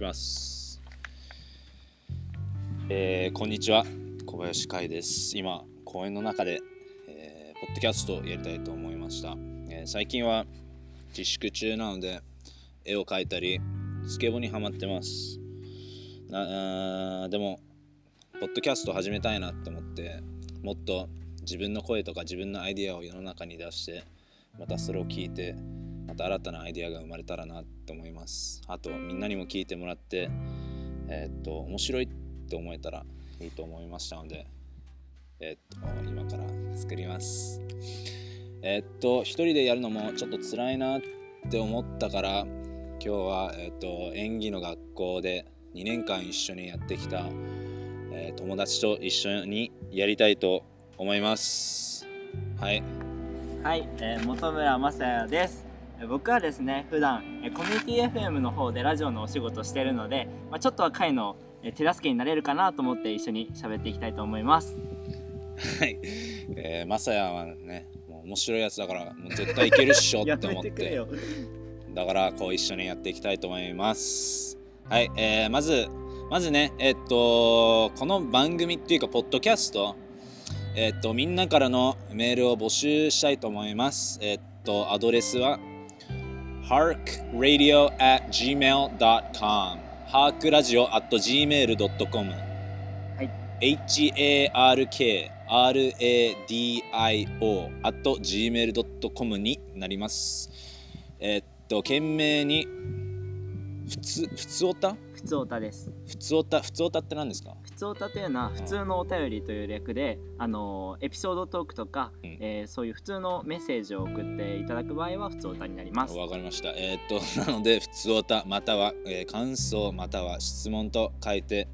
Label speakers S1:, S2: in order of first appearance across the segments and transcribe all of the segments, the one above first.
S1: ます。えーこんにちは、小林海です。今、公園の中で、えーポッドキャストをやりたいと思いました。えー最近は自粛中なので、絵を描いたり、スケボーにハマってます。なあーでも、ポッドキャスト始めたいなって思って、もっと自分の声とか自分のアイディアを世の中に出して、またそれを聞いて、また新たなアイデアが生まれたらなと思いますあとみんなにも聞いてもらってえーっと面白いって思えたらいいと思いましたのでえーっと今から作りますえーっと一人でやるのもちょっと辛いなって思ったから今日は、えーっと演技の学校で2年間一緒にやってきた、えー友達と一緒にやりたいと思いますはい
S2: はい、えー本村正也です。えー僕はですね、普段えーコミュニティ FM の方でラジオのお仕事をしているので、まあ、ちょっとは会のえー手助けになれるかなと思って一緒に喋っていきたいと思います。
S1: はい、えー、マサヤはねもう面白いやつだからもう絶対いけるっしょって思って
S2: よ。
S1: だからこう一緒にやっていきたいと思いますはい、えーまずまずねえっとこの番組っていうかポッドキャストえっとみんなからのメールを募集したいと思いますえっとアドレスは harkradio at gmail.com harkradio at gmail.com
S2: はい
S1: harkradio at gmail.com になりますえっと懸命にふつふつおた
S2: ふつおたです。
S1: ふつおたふつおたって何ですか
S2: ふつおたというのは普通のお便りという略で、あのーエピソードトークとか、
S1: うん
S2: えーそういう普通のメッセージを送っていただく場合はふつおたになります。
S1: わかりました。えーっと、なの で、普通おた、または、えー感想、または質問と書いて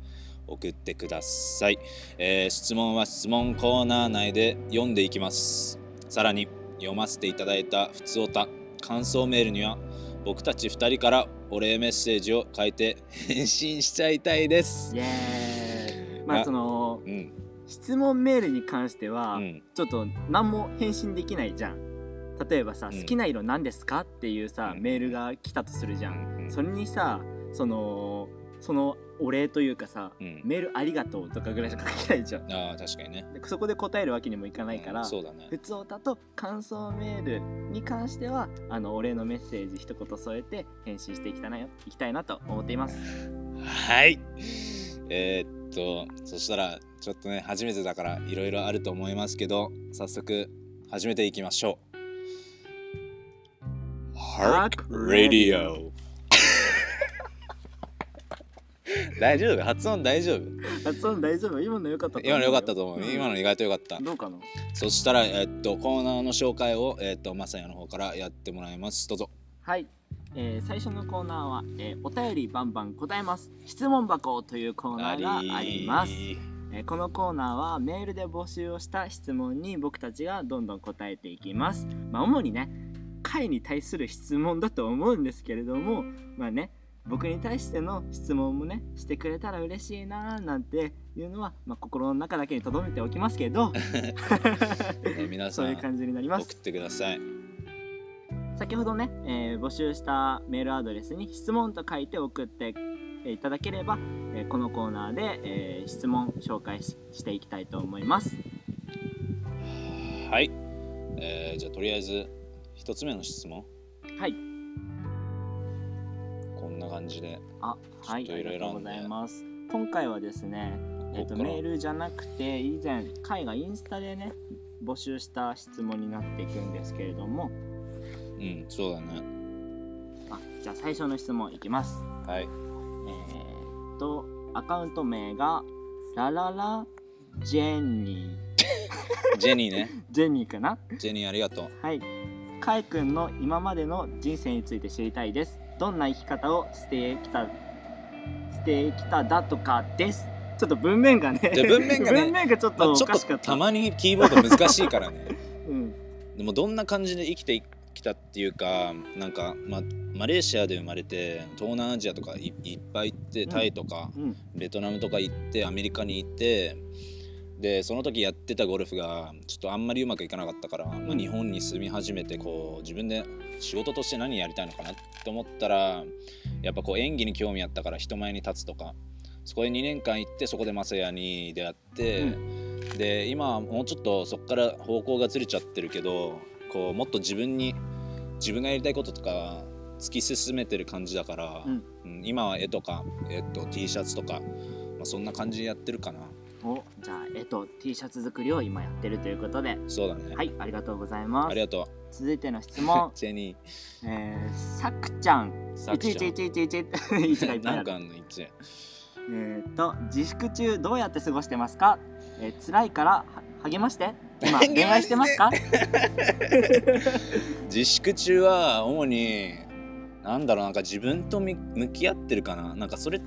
S1: 送ってください、えー質問は質問コーナー内で読んでいきます。さらに、読ませていただいた普通おた、感想メールには、僕たち2人からお礼メッセージを書いて 返信しちゃいたいです
S2: イ。エーイ。まあ
S1: あ
S2: その
S1: うん、
S2: 質問メールに関しては。
S1: うん、
S2: ちょっと何も返信できないじゃん例えばさ、
S1: うん
S2: 好きな色何ですかっていうさ
S1: うん
S2: メールが来たとするじゃん、
S1: うん
S2: それにさそのそのお礼というかさ、
S1: うん。
S2: メールありがとうとかぐらいしか書けないじゃん
S1: ああ、確かにね。
S2: でそこで答えるわけにもいかないから、
S1: うんそうだね
S2: 普。通だと感想メールに関してはあのお礼のメッセージ一言添えて返信していきたいないきたいなと思っています
S1: はい。えーっと、そしたら、ちょっとね、初めてだから、いろいろあると思いますけど、早速、始めていきましょう。
S2: Hark
S1: Hark Radio。大丈夫発音大丈夫
S2: 発音大丈夫今の良かったと思う
S1: 今の良かったと思う。
S2: ん
S1: 今の意外と良かった。
S2: どうかな
S1: そしたら、えーっと、コーナーの紹介を、えーっと、まさやの方からやってもらいます。どうぞ。
S2: はい、えー最初のコーナーは、えーお便りバンバン答えます質問箱というコーナーがあります、えーこのコーナーはメールで募集をした質問に僕たちがどんどん答えていきますまあ主にね会に対する質問だと思うんですけれどもまあね僕に対しての質問もねしてくれたら嬉しいなーなんていうのは、まあ、心の中だけに留めておきますけど
S1: ね皆さ
S2: そ
S1: ん
S2: ういう感じになります
S1: 送ってください。
S2: 先ほどね、えー募集したメールアドレスに質問と書いて送ってえーいただければ、えーこのコーナーで、えー質問紹介ししていきたいと思います
S1: はい、えーじゃあとりあえず一つ目の質問
S2: はい
S1: こんな感じで
S2: あは
S1: ち
S2: い
S1: ょっ
S2: あ
S1: と
S2: り
S1: いろいろ
S2: がと
S1: あ
S2: う
S1: る
S2: ご
S1: んで
S2: ざいます今回はですね、えー、
S1: こ
S2: と
S1: こから
S2: メールじゃなくて以前海がインスタでね募集した質問になっていくんですけれども
S1: うんそうだね
S2: あじゃあ最初の質問いきます
S1: はい
S2: えーっとアカウント名がラララジェニー
S1: ジェニーね
S2: ジェニーかな
S1: ジェニーありがとう
S2: はい。かいくんの今までの人生について知りたいです。どんな生き方をしてきた、してきただとかです。ちょっと文面がね、
S1: で文面がね
S2: 文面がちょっ
S1: ま
S2: と
S1: あ、
S2: お
S1: ちょ
S2: か
S1: っ
S2: し
S1: と
S2: かった。
S1: たまにキーボード難しいからね
S2: うん、
S1: でもどんな感じで生きてきたっていうかなんか、まあ、マレーシアで生まれて東南アジアとかいいっぱい行ってタイとか、
S2: うん、
S1: ベトナムとか行ってアメリカに行ってでその時やってたゴルフがちょっとあんまりうまくいかなかったから、まあ、日本に住み始めてこう自分で仕事として何やりたいのかなって思ったらやっぱこう演技に興味あったから人前に立つとかそこで2年間行ってそこでマセヤに出会って、
S2: う
S1: で今はもうちょっとそこから方向がずれちゃってるけどこうもっと自分に自分がやりたいこととか突き進めてる感じだから、
S2: うん
S1: うん今は絵とか、えっと、T シャツとか、まあ、そんな感じでやってるかな
S2: おじゃあえっと T シャツ作りを今やってるということで
S1: そうだね、
S2: はいありがとうございま
S1: あ
S2: す
S1: りがとう
S2: 続いての質 問
S1: ジェニー
S2: えーさくちゃん
S1: さくちゃん
S2: 111111がいっぱ
S1: な
S2: いあ
S1: ん
S2: る
S1: かあんの一
S2: えーっと自粛中どうやって過ごしてますか、えー、辛いからは励まして
S1: 励
S2: 今
S1: まして
S2: 恋愛してますか
S1: 自粛中は主になんだろうなんか自分とみ向き合ってるかななんかそれ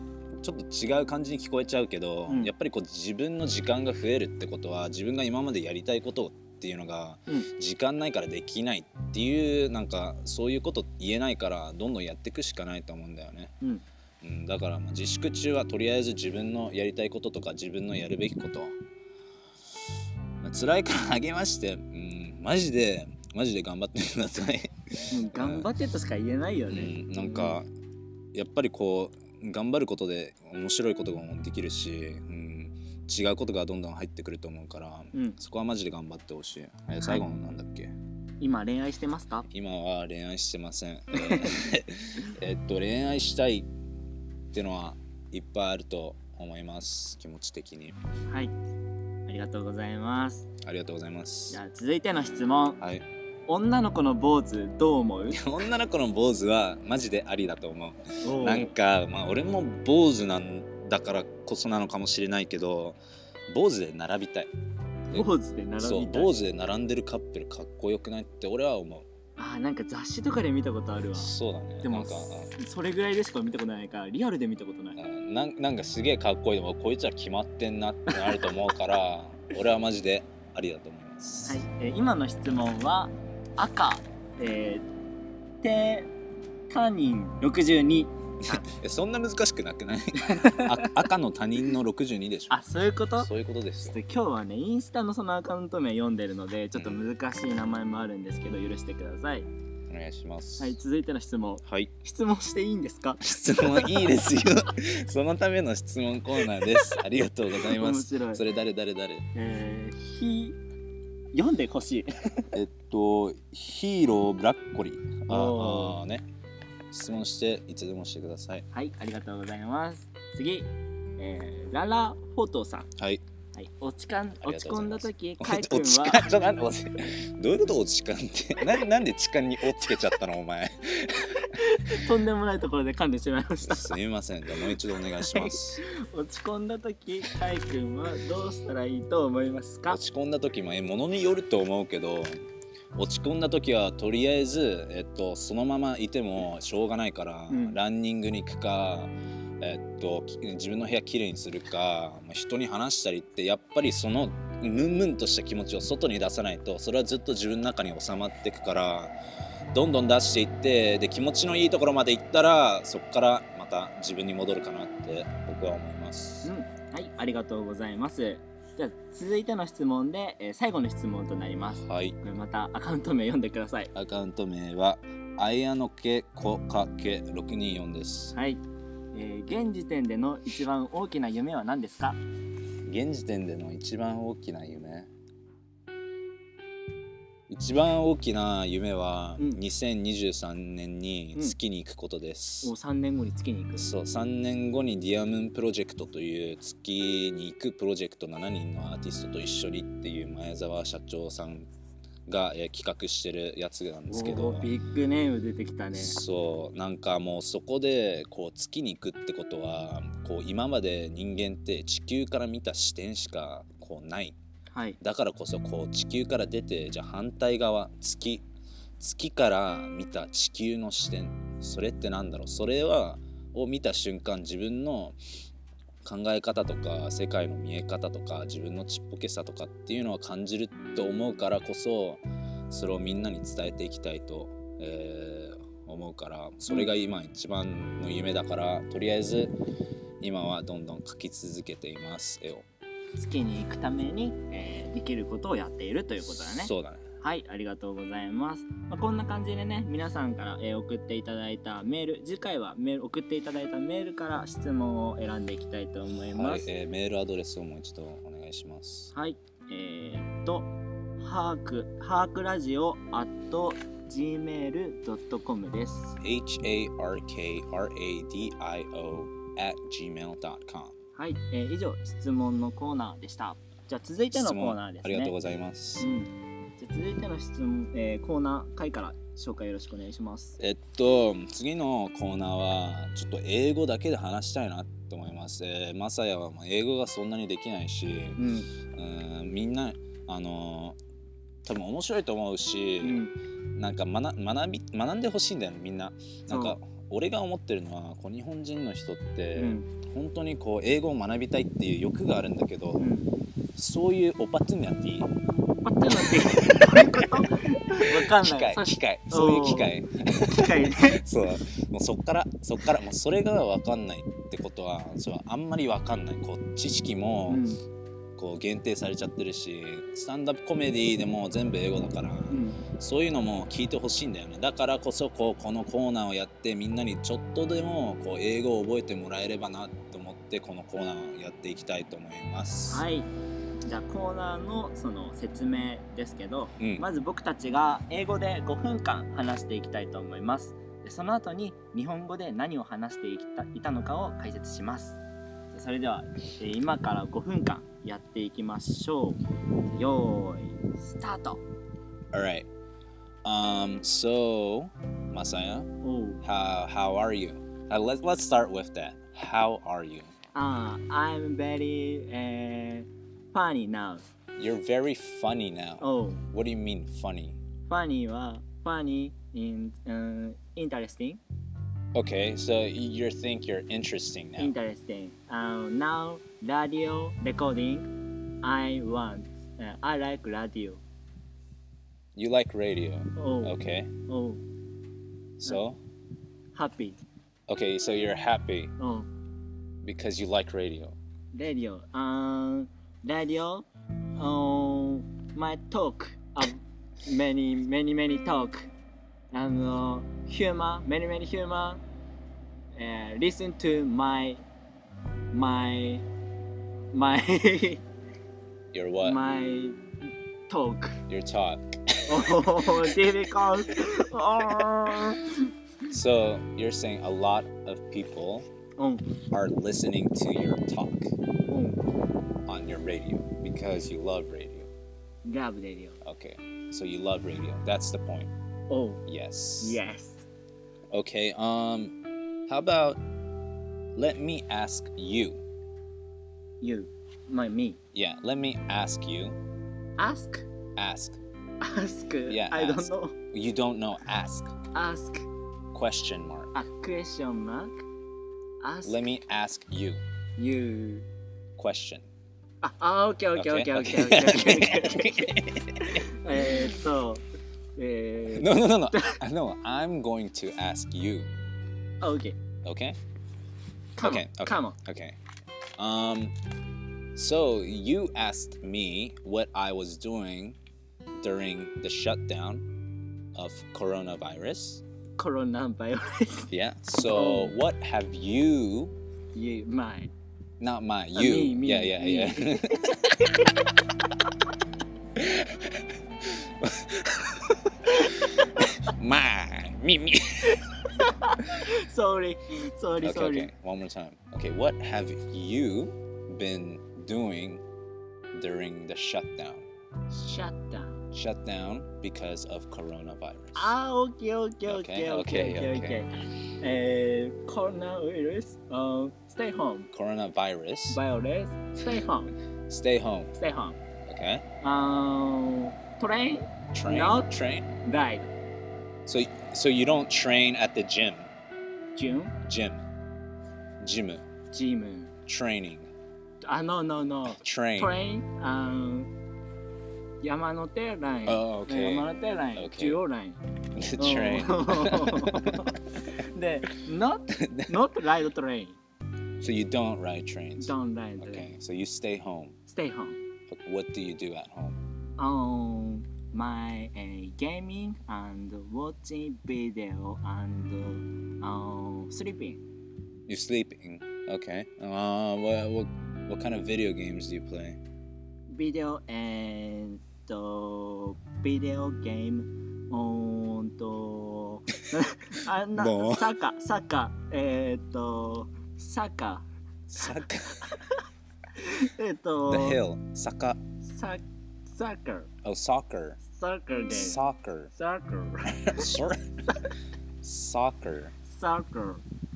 S1: ちょっと違う感じに聞こえちゃうけど、
S2: うん
S1: やっぱりこう自分の時間が増えるってことは自分が今までやりたいことっていうのが
S2: うん
S1: 時間ないからできないっていうなんかそういうこと言えないからどんどんやっていくしかないと思うんだよね。
S2: うん
S1: うんだからまあ自粛中はとりあえず自分のやりたいこととか自分のやるべきことまあ辛いから励まして、うん、マジでマジで頑張ってください。
S2: うん頑張ってとしか言えないよ
S1: う
S2: ね、
S1: ん、なんかやっぱりこう頑張ることで面白いことができるし、うん、違うことがどんどん入ってくると思うから、
S2: うん
S1: そこはマジで頑張ってほしい、えー最後のなんだっけ
S2: 今恋愛してますか
S1: 今は恋愛してま せん、えーえっと恋愛したいってのはいっぱいあると思います気持ち的に
S2: はいありがとうございます
S1: ありがとうございま
S2: じ
S1: す
S2: ゃあ続いての質問
S1: はい、
S2: 女の子の坊主どう 思う
S1: 女の子の坊主はマジでありだと思う
S2: おう
S1: なんか、まあ、俺も坊主なんだからこそなのかもしれないけど坊主で並びたい
S2: 坊主で並びたい
S1: そう坊主で並んでるカップルかっこよくないって俺は思
S2: あーなんか雑誌とかで見たことある
S1: う
S2: わ
S1: そうだね
S2: でも
S1: なんか
S2: それぐらいでしか見たことないからリアルで見たことない
S1: うんなんなんかすげえかっこいいでもこいつら決まってんなってなると思うから 俺はマジでありだと思います、
S2: はい、えー今の質問は赤、えー、て他人62
S1: えそんな難しくなく ないあ赤の他人の62でしょ
S2: あそういうこと
S1: そういうことで
S2: ち
S1: す
S2: ょっ
S1: よ
S2: と今日はねインスタのそのアカウント名読んでるのでちょっと難しい名前もあるんですけど許してください
S1: お願いします
S2: はい続いての質問
S1: はい
S2: 質問していいんですか
S1: 質問いいですよ そのための質問コーナーですありがとうございま
S2: 面
S1: す
S2: 白い
S1: それ誰誰誰
S2: えー、ひ読んでほしい
S1: えっとヒーローブラッコリー
S2: おー
S1: あーあーね質問していつでもしてください
S2: はいありがとうございます次えー、ララフォトさん、
S1: はい
S2: はい、落ちかん
S1: あり
S2: 落
S1: が
S2: ち
S1: とうござ
S2: 込
S1: い
S2: ん
S1: ま
S2: だ
S1: す
S2: 時
S1: お
S2: かいくん
S1: お痴
S2: は
S1: 漢ちょなんでお痴どういうことお痴漢ってななんで痴漢に「お」つけちゃったのお前
S2: とんでもないところで噛んでしまいました
S1: すみませんじゃあもう一度お願いします
S2: 落ち込んだ時かいくんはどうしたらいいと思いますか
S1: 落ち込んだ時もえものによると思うけど落ち込んだ時はとりあえず、えっと、そのままいてもしょうがないから、
S2: うん
S1: ランニングに行くか、えっと、き自分の部屋きれいにするかまあ人に話したりってやっぱりそのムンムンとした気持ちを外に出さないとそれはずっと自分の中に収まっていくからどんどん出していってで気持ちのいいところまで行ったらそこからまた自分に戻るかなって僕は思います。
S2: はいありがとうございますじゃあ続いての質問で、えー最後の質問となります
S1: はい
S2: これまたアカウント名読んでください
S1: アカウント名は、あやのけこかけ624です。
S2: はい、えー現時点での一番大きな夢は何ですか
S1: 現時点での一番大きな夢一番大きな夢は、
S2: うん
S1: 2023年に月に行くことです。
S2: もう3年後に月に行く
S1: そう3年後に「ディアムーンプロジェクトという月に行くプロジェクト7人のアーティストと一緒にっていう前澤社長さんが、えー企画してるやつなんですけど
S2: おービッグネーム出てきたね
S1: そうなんかもうそこでこう月に行くってことはこう今まで人間って地球から見た視点しかこうない
S2: はい
S1: だからこそこう地球から出てじゃあ反対側月月から見た地球の視点それってなんだろうそれはを見た瞬間自分の考え方とか世界の見え方とか自分のちっぽけさとかっていうのは感じると思うからこそそれをみんなに伝えていきたいと、えー思うからそれが今一番の夢だからとりあえず今はどんどん描き続けています絵を。
S2: 月に行くために、えーできることをやっているということだね
S1: そうだね
S2: はいありがとうございます、まあ、こんな感じでね皆さんから、えー送っていただいたメール次回はメール送っていただいたメールから質問を選んでいきたいと思い
S1: は
S2: ま
S1: い
S2: す、
S1: えーメールアドレスをもう一度お願いします
S2: はい、えーっと、ハーク、ハークラジオ at gmail.com です。
S1: harkradio at gmail.com
S2: はい、えー以上、質問のコーナーでした。じゃあ、続いてのコーナーですね。
S1: ありがとうご
S2: ざい
S1: ざいます、
S2: うん、じゃあ続いての質問、えーコーナー回から紹介よろしくお願いします。
S1: えっと次のコーナーはちょっと英語だけで話したいなと思います、えー、マサヤはもう英語がそんなにできないし
S2: うん、
S1: うんみんなあのー多分面白いと思うし、
S2: うん、
S1: なんか学学び学んでほしいんだよねみんななんか
S2: そ
S1: 俺が思ってるのはこう日本人の人って、
S2: うん、
S1: 本当にこう英語を学びたいっていう欲があるんだけど、
S2: うん。
S1: そういうオパトゥニティ
S2: 待って待って、どういうことわかん
S1: 機
S2: ない。
S1: 会
S2: そう
S1: 機会そういう機会
S2: 機械ね。
S1: そうもうそっからそっからもうそれが分かんないってことはそれはあんまり分かんないこう知識
S2: う
S1: も
S2: ん、
S1: こう限定されちゃってるしスタンダップコメディでも全部英語だから、
S2: うん、
S1: そういうのも聞いてほしいんだよねだからこそこうこのコーナーをやってみんなにちょっとでもこう英語を覚えてもらえればなと思ってこのコーナーをやっていきたいと思います。
S2: はい。じゃあ、コーナーのその説明ですけど、
S1: うん
S2: まず僕たちが英語で5分間話していきたいと思います。でその後に日本語で何を話していきたいたのかを解説します。でそれでは、えー今から5分間やっていきましょう。よーい、スタート
S1: Alright. Um, so, Masaya,
S2: おう
S1: how, how are you? Uh, let's, let's start with that. How are you?
S2: あー I'm very、えー funny now.
S1: You're very funny now.
S2: おう
S1: What do you mean, funny?
S2: funny は funny in、interesting?
S1: Okay, so you think you're interesting now.
S2: Interesting. Um, now radio recording. I want. Uh, I like radio.
S1: You like radio.
S2: Oh,
S1: Okay,
S2: oh,
S1: so?
S2: happy.
S1: Okay, so you're happy
S2: Oh,
S1: because you like radio.
S2: radio. Um, radio. Um, my talk. Uh, many, many, many talk. And uh, humor. Many, many humor. Uh, listen to my, my, my,
S1: Your what?
S2: my talk.
S1: Your talk.
S2: Oh, difficult. Oh.
S1: So you're saying a lot of people
S2: Oh,
S1: are listening to your talk
S2: oh,
S1: on your radio because you love radio.
S2: love radio.
S1: Okay, so you love radio. That's the point.
S2: Oh,
S1: Yes.
S2: yes.
S1: Okay. Um, how about let me ask you?
S2: You, my me.
S1: Yeah, let me ask you.
S2: Ask,
S1: Ask.
S2: ask.
S1: Yeah,
S2: I
S1: ask.
S2: don't know.
S1: You don't know. Ask.
S2: Ask.
S1: Question mark.
S2: A question mark. Ask
S1: Let me ask you.
S2: you.
S1: Question.
S2: Ah, ah, okay, okay, okay, okay, okay, okay. okay, okay. えーっと、え
S1: no, no, no, no. I know. I'm going to ask you.
S2: ー、okay.
S1: Okay.
S2: Come
S1: Okay,
S2: on,
S1: okay.
S2: come on.
S1: Okay. Um. So you asked me what I was doing during the shutdown of coronavirus.
S2: Coronavirus.
S1: Yeah. So
S2: Oh.
S1: what have you?
S2: You, my.
S1: Not my.
S2: Uh,
S1: You.
S2: me, me,
S1: yeah. Yeah.
S2: me.
S1: Yeah. my. Me. Me.
S2: Sorry, sorry,
S1: Okay.
S2: sorry.
S1: Okay. One more time. Okay. What have you been doing during the shutdown?
S2: Shut down.
S1: Shutdown because of coronavirus.
S2: あー、オッケーオッケーオッケ
S1: Okay,
S2: ーオッケーオ
S1: okay,
S2: ッケーオッケー。えー、コロナウイルス、うん、stay um, home。
S1: Coronavirus.
S2: バイオレス、stay home。
S1: Stay home.
S2: stay home。Um,
S1: Okay.
S2: あー、トレイン、
S1: Train.
S2: No.
S1: Train.
S2: ライ
S1: So so you don't train at the gym.
S2: ド、ジュン、
S1: Gym. Gym.
S2: ジム。
S1: Training.
S2: あ、no, Ah, no, no。um,
S1: Train.
S2: トレイン、あー、山手ライン。
S1: Oh, okay.
S2: 山手ライン、
S1: Okay.
S2: 中央ライン。
S1: The train.
S2: Oh. うんで、not, not ride train.
S1: So you don't ride trains.
S2: Don't ride train.
S1: Okay. So you stay home.
S2: Stay home.
S1: What do you do at home?
S2: Um, my uh, gaming and watching video and uh, sleeping.
S1: You're sleeping. Okay. Uh, what, what, what kind of video games do you play?
S2: Video and uh, video game on to あな
S1: もう
S2: サッカーサッカーえーっとサッカ
S1: Soccer.
S2: ーえーっと
S1: the hill. Soccer.
S2: ササッカー
S1: Oh, soccer.
S2: サッカーでサ
S1: Soccer.
S2: ッカー
S1: Sor- soccer.
S2: サッカー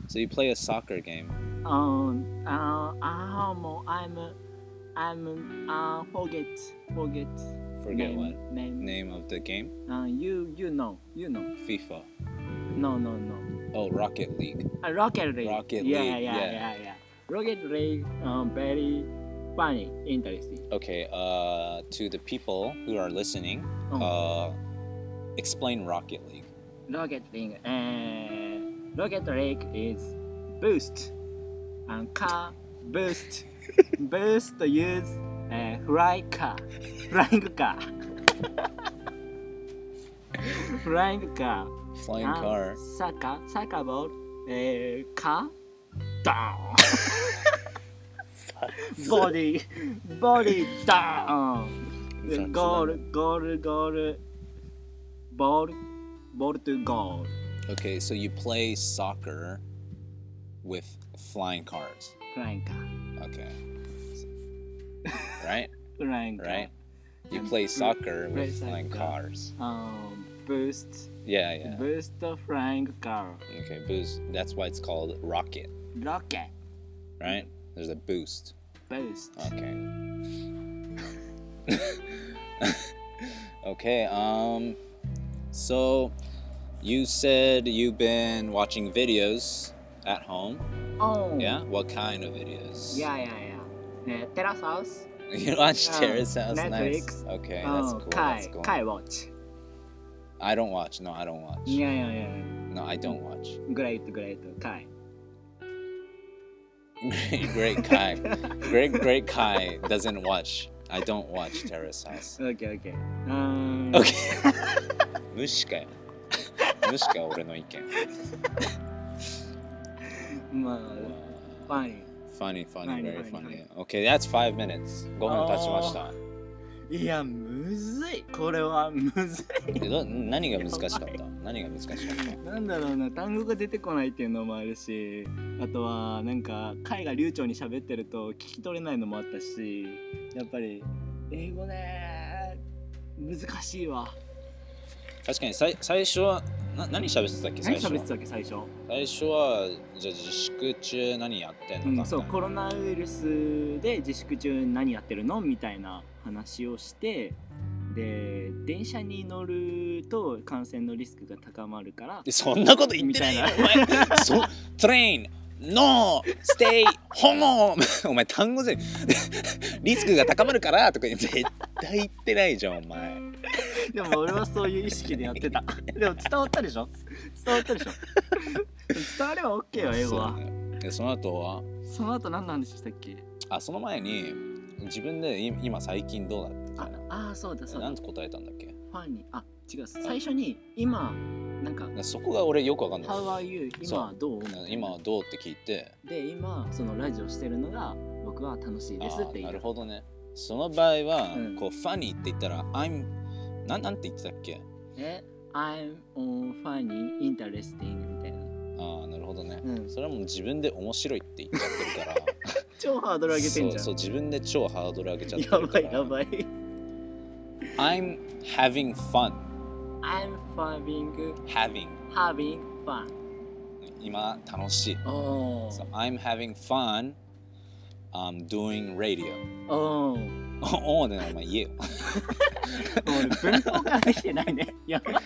S1: So you play a soccer game.
S2: Um, uh, I'm, I'm, I'm, uh, forget, forget.
S1: Forget
S2: name,
S1: what
S2: Name.
S1: name of the game?
S2: Uh, you, you know, you know.
S1: FIFA.
S2: No, no, no.
S1: Oh, Rocket League.
S2: Uh, Rocket League.
S1: Rocket
S2: yeah,
S1: League,
S2: Yeah,
S1: yeah.
S2: yeah, yeah, Rocket League, um, very funny, interesting.
S1: Okay. Uh, to the people who are listening,
S2: Um,
S1: uh, explain Rocket League.
S2: Rocket League, uh, Rocket League is boost, and car boost, boost use, uh, fly car, flying car, flying car,
S1: Flying
S2: and
S1: car.
S2: soccer, soccer ball, uh, car, down, body, body down, goal, goal, goal, ball, ball to goal.
S1: Okay, so you play soccer with flying cars.
S2: flying car.
S1: Okay. Right?
S2: flying car.
S1: Right? You
S2: And
S1: play
S2: bru-
S1: soccer
S2: play
S1: with flying
S2: soccer.
S1: cars.
S2: Um, boost,
S1: Yeah, yeah.
S2: boost flying car.
S1: Okay, boost. That's why it's called rocket,
S2: Rocket,
S1: right? There's a boost.
S2: boost.
S1: Okay. okay, um so you said you've been watching videos at home.
S2: Oh.
S1: Yeah? What kind of videos?
S2: Yeah, yeah, yeah. Uh, Terrace House.
S1: You watch
S2: Yeah.
S1: Terrace House? Nice.
S2: Netflix.
S1: Okay, that's
S2: oh,
S1: cool.
S2: Kai,
S1: that's cool.
S2: Kai watch.
S1: I don't watch. No, I don't watch.
S2: Yeah, yeah, yeah.
S1: No, I don't watch.
S2: Great, great, Kai.
S1: great, great Kai. great, great Kai doesn't watch. I don't watch Terrace House.
S2: Okay, okay. Um,
S1: Okay. 無視かよ。無視か、俺の意見。
S2: まあ、funny.
S1: Funny, funny,
S2: Funny,
S1: very
S2: funny,
S1: funny. Okay, that's five minutes. 5分経ちました。
S2: いや、むずい。これはむず
S1: えど何が難しかった何が難しかった
S2: い。なんだろうな、単語が出てこないっていうのもあるし、あとは、なんか、海が流暢に喋ってると聞き取れないのもあったし、やっぱり、英語ね、難しいわ。
S1: 確かにさい最初はな何喋ってたっけ最
S2: 何
S1: 初
S2: 喋って
S1: は
S2: たっけ、最初。
S1: 最初はじゃあ自粛中何やってんのかみ
S2: う
S1: たいな、
S2: ん、そうコロナウイルスで自粛中何やってるのみたいな話をしてで電車に乗ると感染のリスクが高まるから
S1: でそんなこと言ってない よ、お
S2: み
S1: 前。そ、トレイン、ノー、ステイ、ホ モお前、単語じゃん。リスクが高まるから とか言って絶対言ってないじゃん、お前。
S2: でも俺はそういう意識でやってた でも伝わったでしょ伝わったでしょ伝われば OK よ英語は
S1: そうねで、その後は、
S2: その後何の話したっけ
S1: あ、その前に、自分でい今最近どうだってみた
S2: あ
S1: いな。
S2: あーそうだそう
S1: な
S2: だ
S1: んて答えたんだっけ
S2: ファンにあ違う最初に今なんか
S1: そこが俺よくわかん
S2: 「
S1: ない。
S2: How are you? 今はどう?」
S1: 今はどうって聞いて、
S2: で今そのラジオしてるのが僕は楽しいですって
S1: あー
S2: 言
S1: な
S2: う
S1: るほどね。その場合は、
S2: うん
S1: こう、ファニーって言ったら、I'm、なんなんて言ってたっけ
S2: え I'm on funny interesting みたいな
S1: ああ、なるほどね。
S2: うん
S1: それはもう自分で面白いって言っちゃってるから
S2: 超ハードル上げてんじゃん
S1: そうそう自分で超ハードル上げちゃってる
S2: や
S1: か
S2: ば
S1: ら
S2: いやばい
S1: I'm having fun
S2: I'm having
S1: having
S2: having fun
S1: 今楽しい、
S2: お
S1: so I'm having fun I'm doing radio
S2: おお
S1: おおでお前言えよ
S2: 俺文法化できてないね やばいね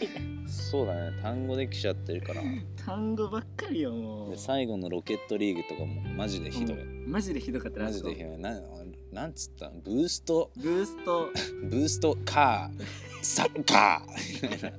S1: そうだね単語できちゃってるから
S2: 単語ばっかりよもう
S1: で最後のロケットリーグとかもマジでひどい、
S2: マジでひどかった
S1: マジでひどいなんなんつったのブースト
S2: ブースト
S1: ブーストカーサッカー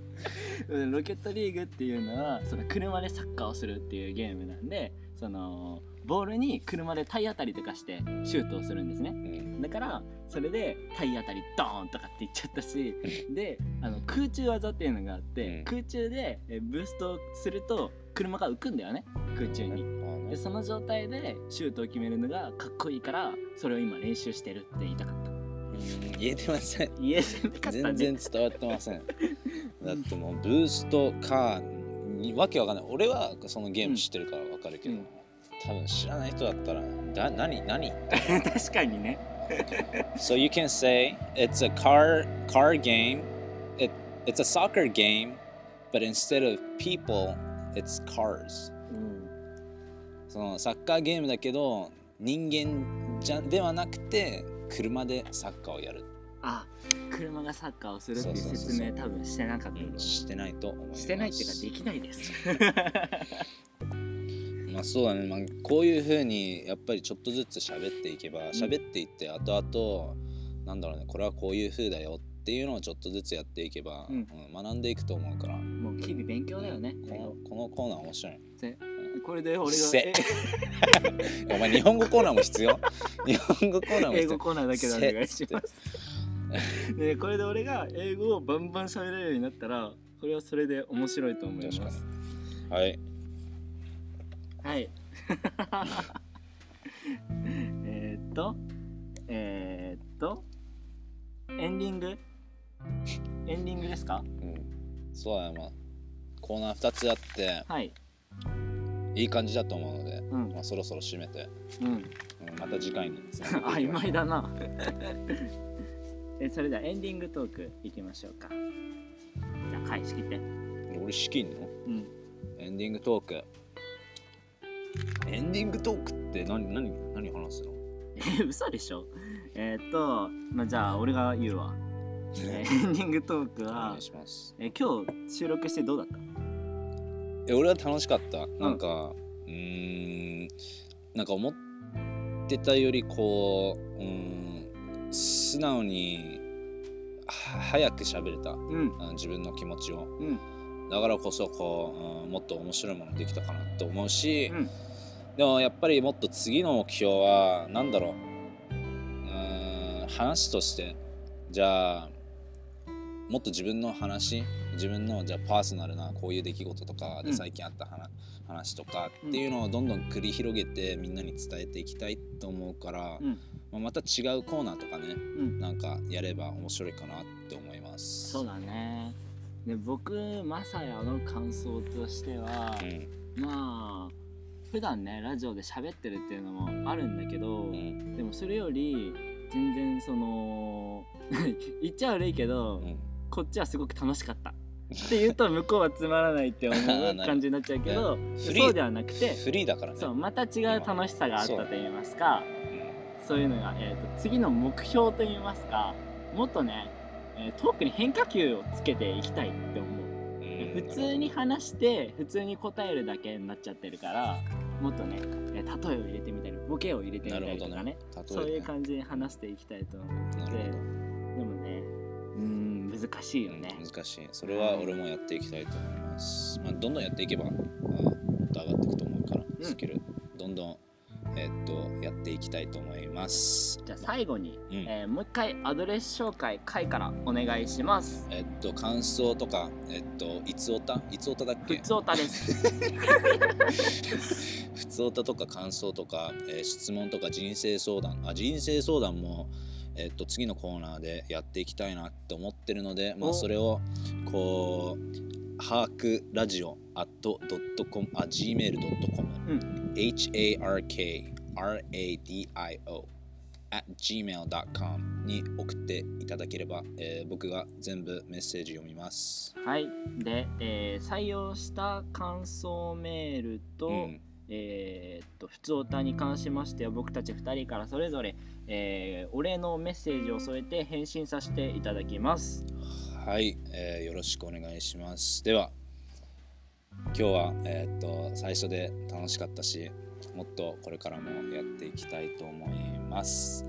S2: うんロケットリーグっていうのはその車でサッカーをするっていうゲームなんでそのボールに車で体当たりとかしてシュートをするんですね
S1: うん
S2: だからそれで体当たりドーンとかって言っちゃった しであの空中技っていうのがあって、
S1: うん
S2: 空中でえブーストすると車が浮くんだよね空中に。でその状態でシュートを決めるのがかっこいいからそれを今練習してるって言いたかった
S1: うん言えてません
S2: 言えてなかった
S1: 全
S2: ね
S1: 然伝わってませんだってもうブーストカーにわけわかんない俺はそのゲーム知ってるからわかるけど、
S2: うん
S1: 多分知らない人だったらだ何何
S2: 確かにね
S1: So you can say it's a car car game. It it's a soccer game, but instead of people, it's cars. そのサッカーゲームだけど人間じゃではなくて車でサッカーをやる。
S2: あ車がサッカーをするっていう
S1: そうそうそう
S2: 説
S1: そう
S2: 明多分してなかった
S1: うんしてないと思います。
S2: してないっていうかできないです
S1: まあそうだね、まあ、こういうふうにやっぱりちょっとずつ喋っていけば喋っていって後々なんだろうねこれはこういうふうだよっていうのをちょっとずつやっていけば、
S2: うん
S1: うん学んでいくと思うから
S2: もう日々勉強だよね
S1: このこのコーナー面白い。
S2: これで俺 が
S1: せお前日本語コーナーも必 要日本語コーナーも
S2: 英
S1: 必
S2: 語
S1: 要
S2: コーナーだけでお願いします。でこれで俺が英語をバンバン喋れるようになったらこれはそれで面白いと思い
S1: 確
S2: ま
S1: か
S2: す。
S1: に。はい。
S2: はい。えーっとえーっとエンディングエンディングですか
S1: うん、そうだね、まあ、コーナー2つあって
S2: はい。
S1: いい感じだと思うので、
S2: うん
S1: まあ、そろそろ締めて、
S2: うん。
S1: うん、また次回につなげていき ましょう
S2: 曖昧だな。えそれではエンディングトークいきましょうか。じゃあ返し切って。
S1: 俺資金の
S2: うん。
S1: エンディングトークエンディングトークって何何何話すの
S2: え嘘でしょえーっと、まあ、じゃあ俺が言うわえーエンディングトーク
S1: お
S2: は
S1: 願い、します
S2: えー今日収録してどうだった
S1: え俺は楽しかったなんかうーんなんか思ってたよりこううーん素直には早く喋れた
S2: うん
S1: うん自分の気持ちを
S2: うん
S1: だからこそこう、うんもっと面白いものできたかなと思うし、
S2: うん
S1: でもやっぱりもっと次の目標は何だろううーん話としてじゃあもっと自分の話自分のじゃあパーソナルなこういう出来事とか
S2: う
S1: で
S2: ん
S1: 最近あった話,、話とかっていうのをどんどん繰り広げてみんなに伝えていきたいと思うから、
S2: うん
S1: まあまた違うコーナーとかね
S2: うん
S1: なんかやれば面白いかなって思います。
S2: そうだねで僕まさやの感想としては、
S1: うん
S2: まあ普段ねラジオで喋ってるっていうのもあるんだけど、
S1: うん
S2: でもそれより全然その 言っちゃ悪いけど、
S1: うん
S2: こっちはすごく楽しかったって言うと向こうはつまらないって思
S1: あーなる
S2: う
S1: ほど
S2: 感じになっちゃうけ ど
S1: フリー
S2: そうではなくて
S1: フリーだからね
S2: そうまた違う楽しさがあったと言いますか
S1: う
S2: そういうのが、えー、と次の目標と言いますかもっとね、えートークに変化球をつけていきたいって思うん普通に話して普通に答えるだけになっちゃってるからもっとね、えー例えを入れてみたりボケを入れてみた
S1: なるほ
S2: り
S1: ど
S2: とかね
S1: ね
S2: そういう
S1: じ
S2: 感じに話していきたいと思う
S1: なる
S2: でもねうーん難しい
S1: ほ
S2: よ
S1: ど、
S2: ね、
S1: 難しいそれは俺もやっていきたいと思います、まあ、どんどんやっていけば、まあ、もっと上がっていくと思うから、
S2: ん
S1: スキルどんどんえーっとやっていきたいと思います
S2: じゃあ最後に、
S1: うん
S2: えーもう一回アドレス紹介回からお願いします
S1: えーっと感想とかえーっといつおたいつおただっ
S2: ふ
S1: け
S2: つおたです。
S1: 普通歌とか感想とか、えー質問とか人生相談あ人生相談も、えーっと次のコーナーでやっていきたいなって思ってるので、まあ、
S2: お
S1: それをこう「ハークラジオ」at .com あ gmail.com、
S2: うん
S1: harkradio at gmail.com に送っていただければ、えー僕が全部メッセージ読みます。
S2: はい。で、えー採用した感想メールと、
S1: うん
S2: えーっとふつおたに関しましては僕たち2人からそれぞれ、えーお礼のメッセージを添えて返信させていただきます。
S1: はい、えーよろしくお願いします。では、今日は、えーっと最初で楽しかったし、もっとこれからもやっていきたいと思います。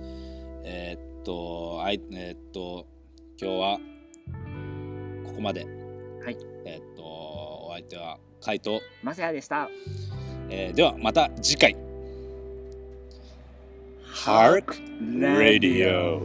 S1: えーっと、あいえーっと今日はここまで。
S2: はい。
S1: えーっとお相手はカイト、
S2: まさやでした。
S1: えーではまた次回。Hark Radio。